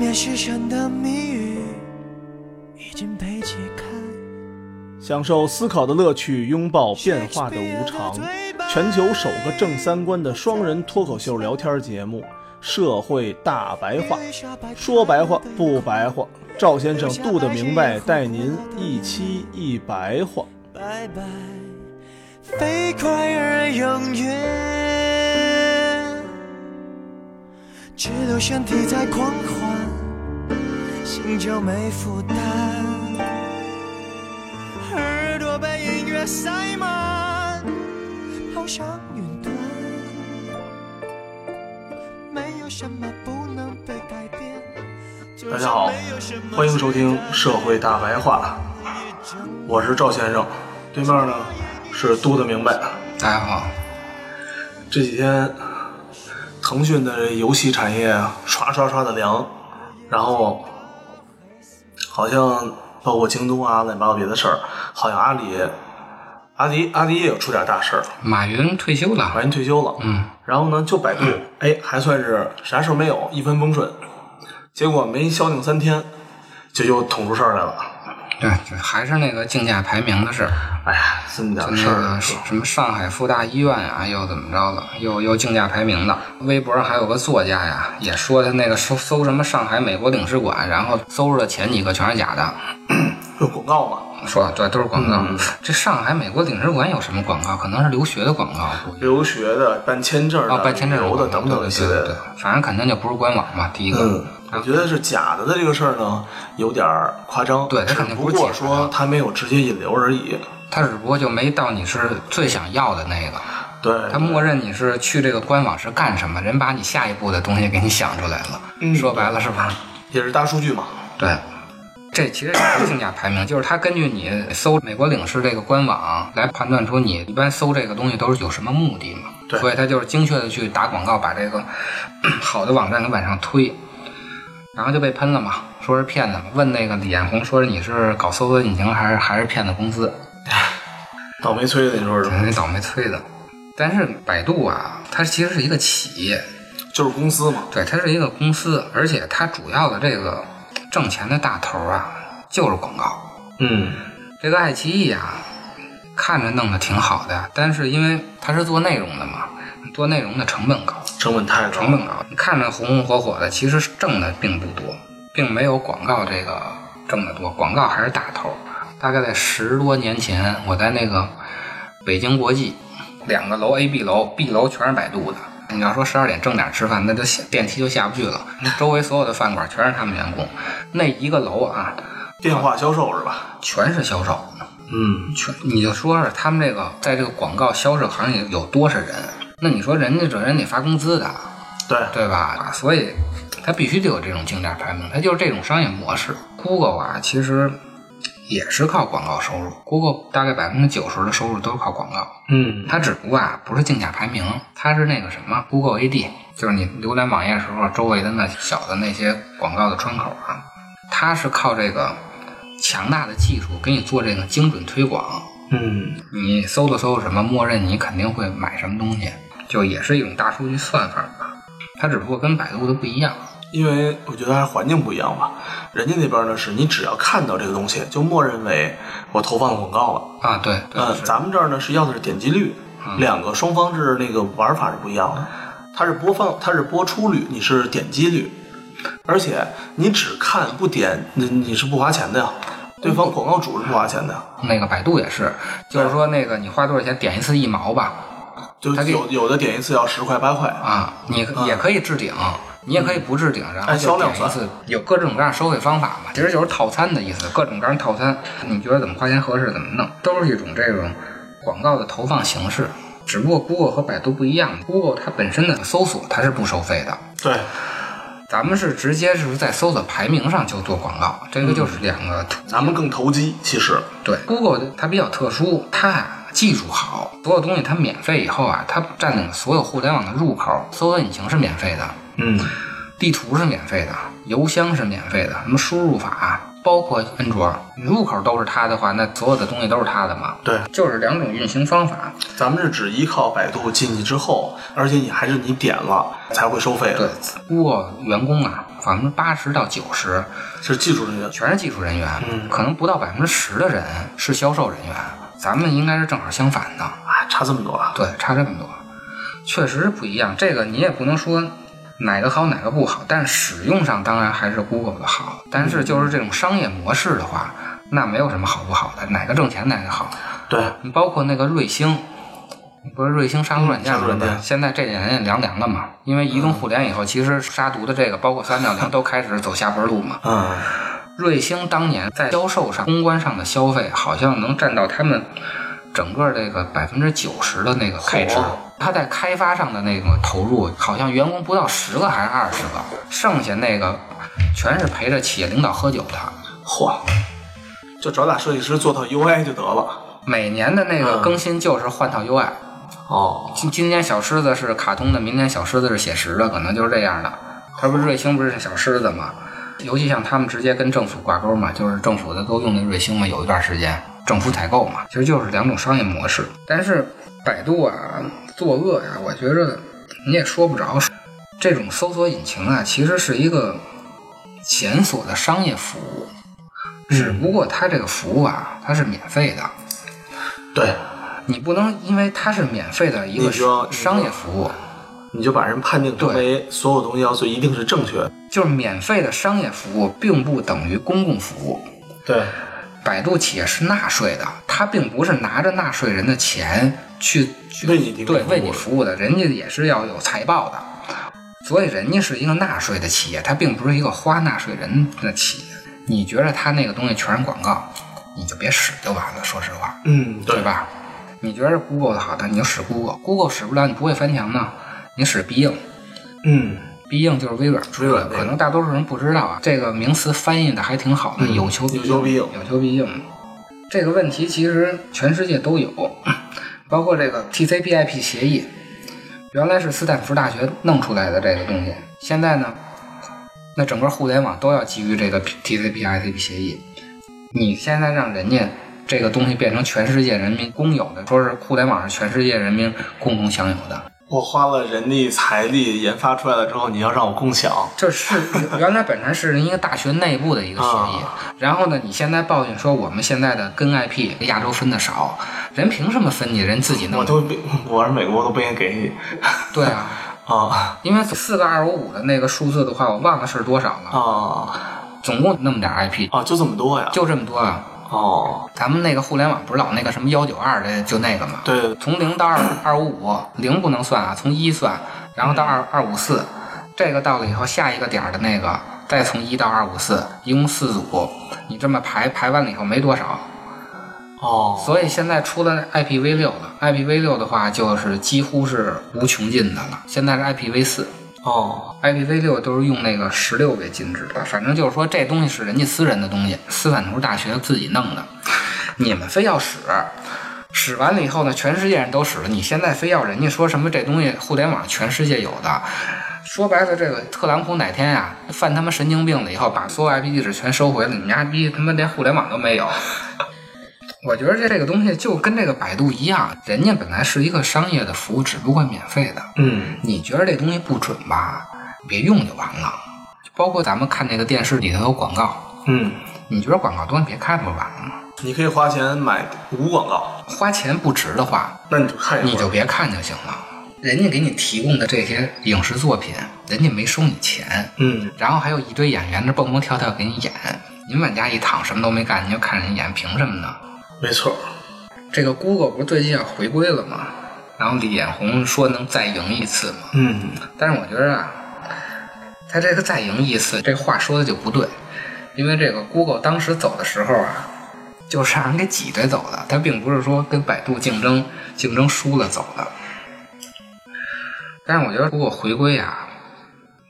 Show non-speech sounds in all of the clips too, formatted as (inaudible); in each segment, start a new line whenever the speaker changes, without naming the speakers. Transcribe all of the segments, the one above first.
被虚悬的谜语已经被解开。
享受思考的乐趣，拥抱变化的无常。全球首个正三观的双人脱口秀聊天节目《社会大白话》，说白话不白话，赵先生度的明白，带您一期一白话。
拜拜，飞快而永远，只留身体在狂欢，心就没负担，耳朵被音乐塞满，好像云端，没有什么不能被改变。
大家好欢迎收听《社会大白话》，我是赵先生，对面呢是嘟的明白。
大家好，
这几天，腾讯的这游戏产业啊，刷刷刷的凉，然后好像包括京东啊，乱七八糟别的事儿，好像阿里，阿迪阿迪也有出点大事儿，
马云退休
马
了，
云退休了，
嗯，
然后呢就百度，哎，还算是啥事儿没有，一帆风顺，结果没消停三天，就又捅出事儿来了。
对，对还是那个竞价排名的事儿，
哎呀，这么点
就
儿事
那
儿
个，什么上海复大医院啊，又怎么着了，又又竞价排名的。微博上还有个作家呀，也说他那个搜搜什么上海美国领事馆，然后搜着的前几个全是假的，
有广告嘛，
说对，都是广告。
嗯
这上海美国领事馆有什么广告？可能是留学的广告，估计
留学的、办签证的、
啊，办签证
旅游的
广告
等等
对
一系
对
列
对对
的。，
反正肯定就不是官网嘛，第一个。
嗯，我觉得是假的的这个事儿呢，有点儿夸张。
对
只
它肯定
不
不是假
过
的
说他没有直接引流而已。
他只不过就没到你是最想要的那个。
对，
他默认你是去这个官网是干什么，人把你下一步的东西给你想出来了。
嗯
说白了是吧？
也是大数据嘛。
对，这其实也是竞价排名，就是他根据你搜美国领事这个官网来判断出你一般搜这个东西都是有什么目的嘛。
对
所以他就是精确的去打广告，把这个 (clears throat) 好的网站给往上推，然后就被喷了嘛，说是骗子嘛。问那个李彦宏说你是搞搜索引擎还是还是骗子公司？
倒霉催的，你说是
可
吗？
能那倒霉催的。但是百度啊，它其实是一个企业，
就是公司嘛。
对，它是一个公司，而且它主要的这个挣钱的大头啊，就是广告。
嗯，
这个爱奇艺啊，看着弄得挺好的，但是因为它是做内容的嘛，做内容的成本高，
成本太高。
成本高，你看着红红火火的，其实挣的并不多，并没有广告这个挣得多，广告还是大头。大概在十多年前，我在那个北京国际两个楼 A、B 楼，B 楼全是百度的。你要说十二点正点吃饭，那就下电梯就下不去了。周围所有的饭馆全是他们员工，那一个楼啊，
电话销售是吧？
全是销售，
嗯，
全你就说是他们这个在这个广告销售行业有多少人？那你说人家这人得发工资的，
对，
对吧？所以它必须得有这种竞价排名，它就是这种商业模式。Google 啊，其实也是靠广告收入，Google 大概百分之九十的收入都是靠广告，
嗯，
它只不过啊不是竞价排名，它是那个什么 Google AD，就是你浏览网页时候周围的那小的那些广告的窗口啊，它是靠这个强大的技术给你做这个精准推广。
嗯，
你搜了搜什么，默认你肯定会买什么东西，就也是一种大数据算法吧。它只不过跟百度的不一样，
因为我觉得还是环境不一样吧。人家那边呢，是你只要看到这个东西，就默认为我投放广告了。
啊，对，对
嗯，
是
咱们这儿呢是要嗯的是点击率，两个双方是那个玩法是不一样的。它是播放，它是播出率，你是点击率，而且你只看不点，你你是不花钱的呀。对方广告主是不花钱的呀，
那个百度也是，就是说那个你花多少钱点一次一毛吧，
就
它给
有有的点一次要十块八块，
啊，你也可以置顶，你也可以不置顶，然后
嗯按销
就
量
点一次
算，
有各种各样收费方法嘛，其实就是套餐的意思，各种各样套餐，你觉得怎么花钱合适怎么弄，都是一种这种广告的投放形式。只不过 Google 和百度不一样，Google 它本身的搜索它是不收费的，
对，
咱们是直接就是在搜索排名上就做广告，这个就是两个途
咱们更投机。其实，
对，Google 它比较特殊，它啊技术好，所有东西它免费以后啊，它占领了所有互联网的入口，搜索引擎是免费的，
嗯，
地图是免费的，邮箱是免费的，什么输入法啊、包括安卓入口都是它的话，那所有的东西都是它的嘛。
对，
就是两种运行方法。
咱们是只依靠百度进去之后，而且你还是你点了才会收费
对
的。
，Google 员工啊，百分之八十到九十
是技术人员，
全是技术人员，
嗯
可能不到百分之十的人是销售人员。咱们应该是正好相反的，
哎，差这么多啊！
对，差这么多，确实不一样。这个你也不能说哪个好哪个不好，但使用上当然还是 Google 的好。但是就是这种商业模式的话，那没有什么好不好的，哪个挣钱哪个好。
对，
你包括那个瑞星，不是瑞星杀毒软
嗯
件
杀毒软
吗
件？
现在这两年也凉凉了嘛，因为移动互联以后，其实杀毒的这个包括
(laughs)
三六零都开始走下坡路嘛。
嗯，
瑞星当年在销售上、公关上的消费，好像能占到他们整个这个百分之九十的那个开支
嚯。
他在开发上的那个投入，好像员工不到十个还是二十个，剩下那个全是陪着企业领导喝酒的。
嚯，就找俩设计师做套 UI 就得了。
每年的那个更新就是换套 UI，
哦，
今今天小狮子是卡通的，明天小狮子是写实的，可能就是这样的。他不是瑞星不是小狮子吗？尤其像他们直接跟政府挂钩嘛，就是政府的都用那瑞星嘛，有一段时间政府采购嘛，其实就是两种商业模式。但是百度啊，作恶呀、我觉着你也说不着。这种搜索引擎啊，其实是一个检索的商业服务，只
嗯
不过它这个服务啊，它是免费的，
对，
你不能因为它是免费的一
你
个
知道
商业服务，
你就把人判定成为所有东西要素一定是正确的。
就是免费的商业服务并不等于公共服务。
对，
百度企业是纳税的，它并不是拿着纳税人的钱去去
为你提供
对
服务
为你服务的，人家也是要有财报的，所以人家是一个纳税的企业，它并不是一个花纳税人的企业。你觉得它那个东西全是广告，你就别使就完了。说实话，
嗯，对
对？吧？你觉得 Google 的好的，你就使 Google；Google 使不了，你不会翻墙呢，你使必应。
嗯，
必应就是微软，
微软那个
可能大多数人不知道啊，这个名词翻译的还挺好的，
嗯
有求必应，
有求必应
有求必应。这个问题其实全世界
(laughs)
都有，包括这个 TCP/IP 协议，原来是斯坦福大学弄出来的这个东西，现在呢，那整个互联网都要基于这个 TCP/IP 协议。你现在让人家这个东西变成全世界人民公有的，说是互联网是全世界人民共同享有的，
我花了人力财力研发出来了之后，你要让我共享，(laughs)
这是原来本来是一个大学内部的一个协议，
啊
然后呢，你现在抱怨说我们现在的跟 IP 亚洲分的少，人凭什么分你？人自己
我
弄。
都不我是美国都不愿意给你
对啊，
啊
因为四个二五五的那个数字的话，我忘了是多少了，
啊
总共那么点 IP，
啊！就这么多呀？
就这么多啊。
哦，
咱们那个互联网不是老那个什么幺九二的，就那个嘛。
对对
从零到二二五五，零不能算啊，从一算，然后到二二五四，这个到了以后，下一个点儿的那个，再从一到二五四，一共四组，你这么排排完了以后没多少，
哦，
所以现在出了 IPv 六了，IPv 六的话就是几乎是无穷尽的了，现在是 IPv 四。
哦，
IPv 六都是用那个十六为禁止的，反正就是说这东西是人家私人的东西，斯坦福大学自己弄的，你们非要使，使完了以后呢，全世界人都使了，你现在非要人家说什么这东西互联网全世界有的，说白了，这个特朗普哪天呀、犯他妈神经病了以后，把所有 IP 地址全收回了，你们家逼他妈连互联网都没有。我觉得这这个东西就跟这个百度一样，人家本来是一个商业的服务，只不过免费的。
嗯，
你觉得这东西不准吧？你别用就完了。就包括咱们看那个电视里头有广告，
嗯，
你觉得广告多，你别看不完了吗？
你可以花钱买无广告，
花钱不值的话，
那你就看一会儿
你就别看就行了。人家给你提供的这些影视作品，人家没收你钱，
嗯，
然后还有一堆演员那蹦蹦跳跳给你演，您往家一躺什么都没干，你就看人演，凭什么呢？
没错，
这个 Google 不是最近要回归了吗？然后李彦宏说能再赢一次吗？
嗯，
但是我觉得啊，他这个再赢一次，这话说的就不对，因为这个 Google 当时走的时候啊，就是让人给挤兑走的，他并不是说跟百度竞争，竞争输了走的。但是我觉得 Google 回归啊，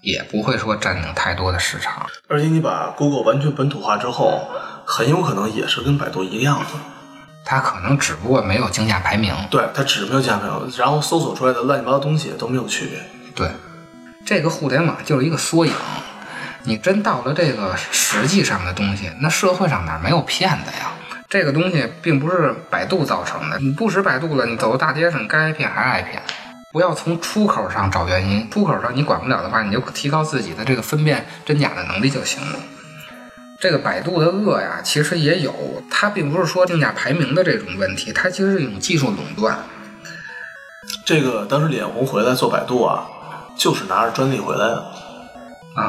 也不会说占领太多的市场。
而且你把 Google 完全本土化之后，很有可能也是跟百度一样的，
它可能只不过没有竞价排名，
对，它只没有加朋友，然后搜索出来的乱七八糟东西都没有区别，
对，这个互联网就是一个缩影。你真到了这个实际上的东西，那社会上哪没有骗子呀？这个东西并不是百度造成的，你不使百度了，你走到大街上该挨骗还是挨骗。不要从出口上找原因，出口上你管不了的话，你就提高自己的这个分辨真假的能力就行了。这个百度的恶呀，其实也有，它并不是说定价排名的这种问题，它其实是一种技术垄断。
这个当时李彦宏回来做百度啊，就是拿着专利回来的
啊、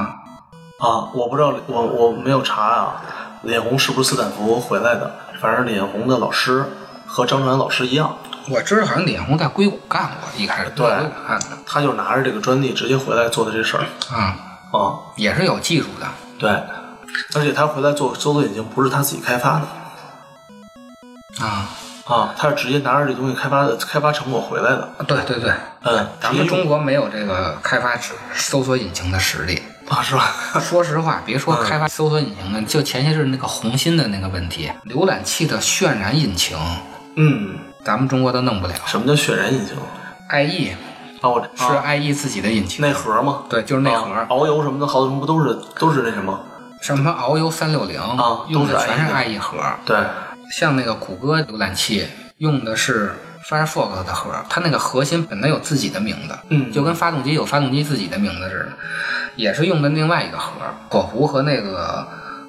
啊。我不知道，我我没有查啊，李彦宏是不是斯坦福回来的？反正李彦宏的老师和张传老师一样，
我知道好像李彦宏在硅谷干过，一开始
对
在硅谷干的
他就拿着这个专利直接回来做的这事儿
啊、
啊。
也是有技术的。
对，而且他回来做搜索引擎不是他自己开发的
啊，
啊，他是直接拿着这东西开发的开发成果回来的。
啊对对对，
嗯，
咱
直接
们
用
中国没有这个开发指搜索引擎的实力。
啊 (laughs) 是吧？
说实话，别
嗯
说开发搜索引擎了，就前些日那个红心的那个问题，浏览器的渲染引擎，
嗯，
咱们中国都弄不了。
什么叫渲染引擎？
IE
啊，我
是
啊
IE 自己的引擎，
内核吗？
对，就是内
啊
核，
遨游什么的，好多什么不都是都是那什么？
什么遨游三六零
啊
用的
都是
全是 E
IE
IE 核，
对，
像那个谷歌浏览器用的是 Firefox 的核，它那个核心本来有自己的名字，
嗯
就跟发动机有发动机自己的名字似的，也是用的另外一个核。火狐和那个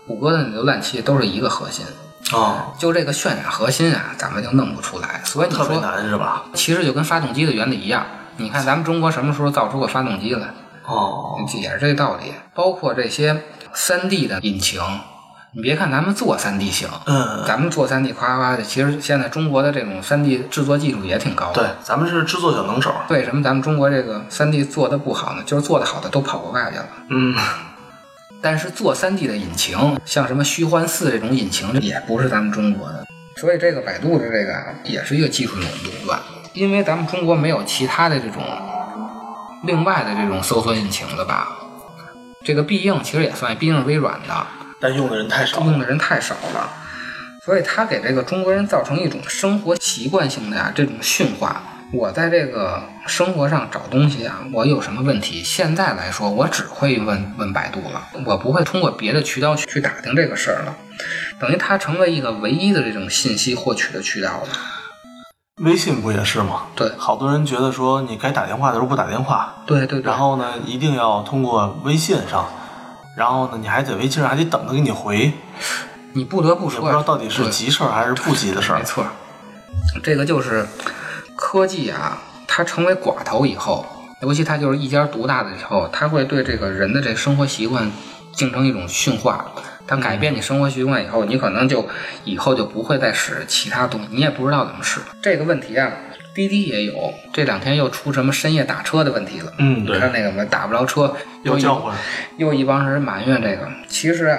谷歌的浏览器都是一个核心，
啊，
就这个渲染核心啊，咱们就弄不出来。所以你
特别
说，
难是吧？
其实就跟发动机的原理一样。你看咱们中国什么时候造出过发动机来？
哦，
也是这个道理。包括这些3 D 的引擎，你别看咱们做3 D 型，
嗯，
呃咱们做3 D 夸夸的，其实现在中国的这种3 D 制作技术也挺高的。
对，咱们是制作小能手，
为什么咱们中国这个3 D 做的不好呢？就是做的好的都跑国外去了。 (laughs)
嗯，
但是做3 D 的引擎，像什么虚幻四这种引擎，也不是咱们中国的。所以这个百度的这个啊也是一个技术垄断，因为咱们中国没有其他的这种另外的这种搜索引擎了吧？这个必应其实也算，毕竟是微软的，
但用的人太少
用的人太少了，所以它给这个中国人造成一种生活习惯性的呀、这种驯化。我在这个生活上找东西啊，我有什么问题？现在来说，我只会问问百度了，我不会通过别的渠道去去打听这个事儿了。等于它成为一个唯一的这种信息获取的渠道了。
微信不也是吗？
对
好多人觉得说你该打电话的时候不打电话，
对对对，
然后呢，一定要通过微信上，然后呢，你还得微信上还得等他给你回，也
你不得不
不
说
知
啊，
道到底是
对
急事儿还是不急的事儿
(laughs) 没。错，这个就是科技啊，它成为寡头以后，尤其它就是一家独大的以后，它会对这个人的这生活习惯形成一种驯化。它改变你生活习惯以后，你可能就以后就不会再使其他东西，你也不知道怎么使。这个问题啊，滴滴也有，这两天又出什么深夜打车的问题了。
嗯，
你
对，
看那个嘛，打不着车，
又
一
叫唤，
又一帮人埋怨这个。其实啊，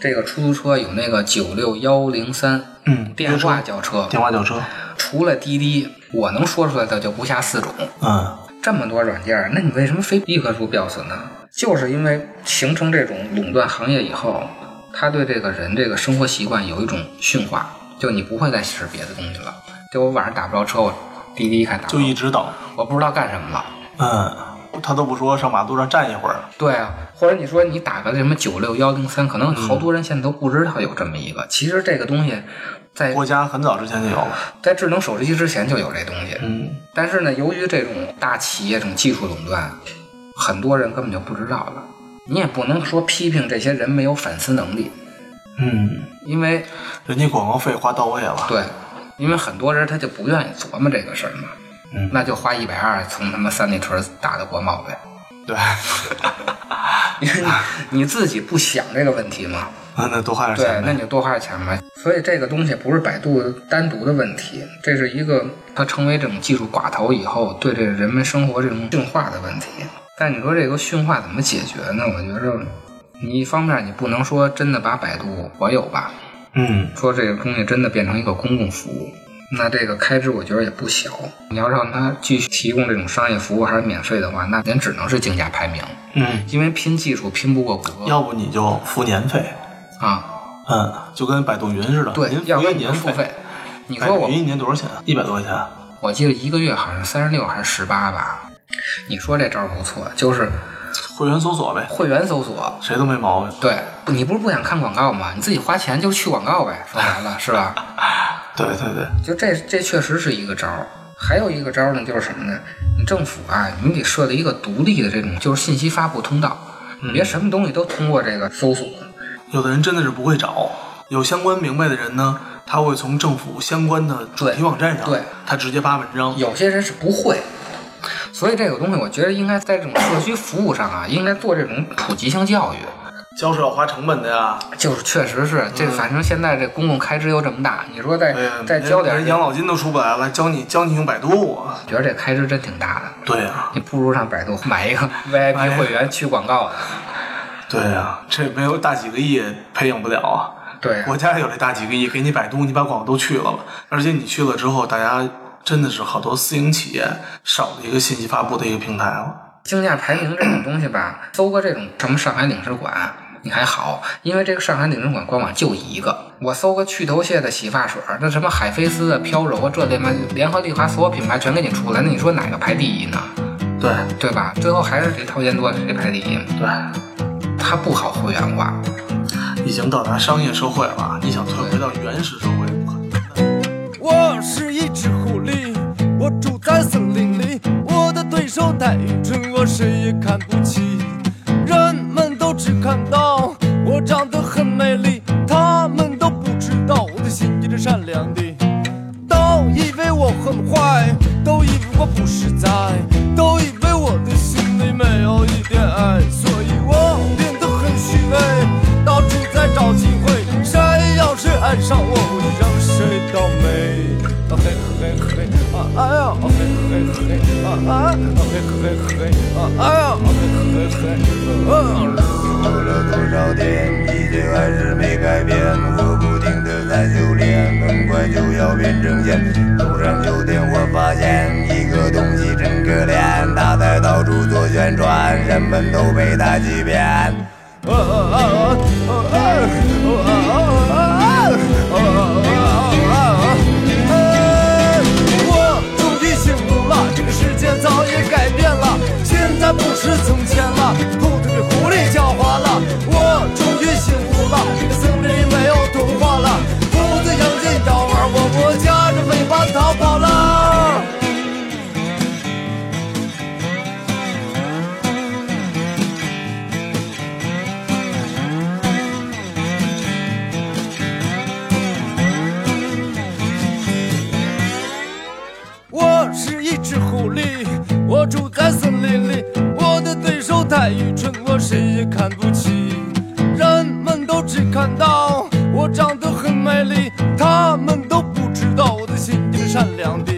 这个出租车有那个九六幺零三
嗯，
电话叫车，
电话叫车，
除了滴滴，我能说出来的就不下四种。
嗯，
这么多软件儿，那你为什么非一棵树吊死呢？就是因为形成这种垄断行业以后，他对这个人这个生活习惯有一种驯化，就你不会再使别的东西了。就我晚上打不着车，我滴滴一看打不
就一
着，
直等，
我不知道干什么了。
嗯，他都不说上马路上站一会儿，
对啊，或者你说你打个什么九六幺零三，可能好多人现在都不知道有这么一个。其实这个东西在
国家很早之前就有了，
在智能手机之前就有这东西，
嗯，
但是呢，由于这种大企业这种技术垄断，很多人根本就不知道了。你也不能说批评这些人没有反思能力，
嗯。
因为
人家广告费花到位了。
对，因为很多人他就不愿意琢磨这个事儿嘛。
嗯
那就花一百二从他妈三里屯打到国贸呗。
对， (laughs)
你你自己不想这个问题吗？
那那多花点
对
钱，
那
呗。
你就多花点钱呗。所以这个东西不是百度单独的问题，这是一个它成为这种技术寡头以后对这个人们生活这种驯化的问题。但你说这个驯化怎么解决呢？我觉着，你一方面你不能说真的把百度国有吧，
嗯，
说这个东西真的变成一个公共服务，那这个开支我觉得也不小。你要让它继续提供这种商业服务还是免费的话，那咱只能是竞价排名，
嗯，
因为拼技术拼不过谷歌
要不你就付年费，
啊。
嗯，就跟百度云似的，
对
您，
要
付一
不然你
年
就付
费哎
费。。你
百
说我
度云一年多少钱？啊一百多块钱。
我记得一个月好像三十六还是十八吧。你说这招儿不错，就是
会员搜索呗，
会员搜索。
谁都没毛病。
对，你不是不想看广告吗？你自己花钱就去广告呗，说白了是吧？
对对对，
就这这确实是一个招儿。还有一个招呢，就是什么呢？你政府啊，你得设立一个独立的这种就是信息发布通道，别什么东西都通过这个搜索。
有的人真的是不会找，有相关明白的人呢，他会从政府相关的主题网站上，
对
他直接发文章。
有些人是不会，所以这个东西，我觉得应该在这种社区服务上啊，应该做这种普及性教育。
交是要花成本的呀，
就是确实是，这反正现在这公共开支又这么大，你说再
哎呀，
再交点
连
儿，
养老金都出不来了，教你教你用百度啊。
觉得这开支真挺大的。
对呀、
你不如上百度 (laughs) 买一个 VIP 会员去广告的，
对呀、这没有大几个亿培养不了啊。
对啊，
国家有这大几个亿，给你百度，你把广告都去了吧。而且你去了之后，大家真的是好多私营企业少了一个信息发布的一个平台了。
竞价排名这种东西吧，搜个这种什么上海领事馆，你还好，因为这个上海领事馆官网就一个。我搜个去头屑的洗发水，那什么海飞丝啊、飘柔啊，这类嘛，联合利华所有品牌全给你出来，那你说哪个排第一呢？
对
对吧？最后还是谁掏钱多谁排第一，
对，
它不好会员化。
已经到达商业社会了啊，你想退回到原始社会不可能的。
我是一只狐狸，我住在森林里，我的对手太愚蠢，我谁也看不起。人们都只看到我长得很美丽，他们都不知道我的心地是善良的。都以为我很坏，都以为我不实在，都以为我的心里没有一点爱，所以我变得很虚伪，到处在找机会。谁要是爱上我，我就让谁倒霉。啊嘿嘿嘿，啊哎呀，啊嘿嘿嘿，啊啊，啊嘿嘿嘿，啊哎呀，啊嘿嘿嘿，啊。
走了多少天，一切还是没改变。我不停的在修炼，很快就要变成仙。早上九点，我发现一个东西真可怜，它在到处做宣传，人们都被它欺骗。
我终于醒悟了，这个世界早已改变了，现在不是从前了，兔子比狐狸狡猾了。我终于醒悟了，这个森林里没有童话了，兔子咬进药丸，我我夹着尾巴逃跑了。我是一只狐狸，我住在森林里，我的对手太愚蠢，我谁也看不起。人们都只看到我长得很美丽，他们都不知道我的心地是善良的。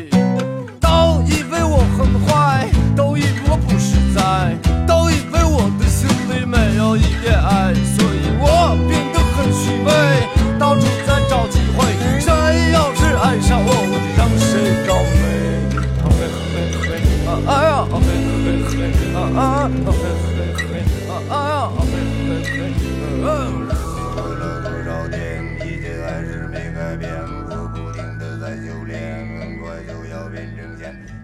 都以为我很坏，都以为我不实在，都以为我的心里没有一点爱，所以我变得很虚伪，到处在找机会。谁要是爱上我，我就让谁倒霉。啊嘿嘿嘿，啊哎呀，啊嘿嘿嘿，啊啊，啊嘿嘿嘿，啊哎呀，啊嘿嘿嘿，啊。
走了多少天，一切还是没改变。我不停的在修炼，很快就要变成仙。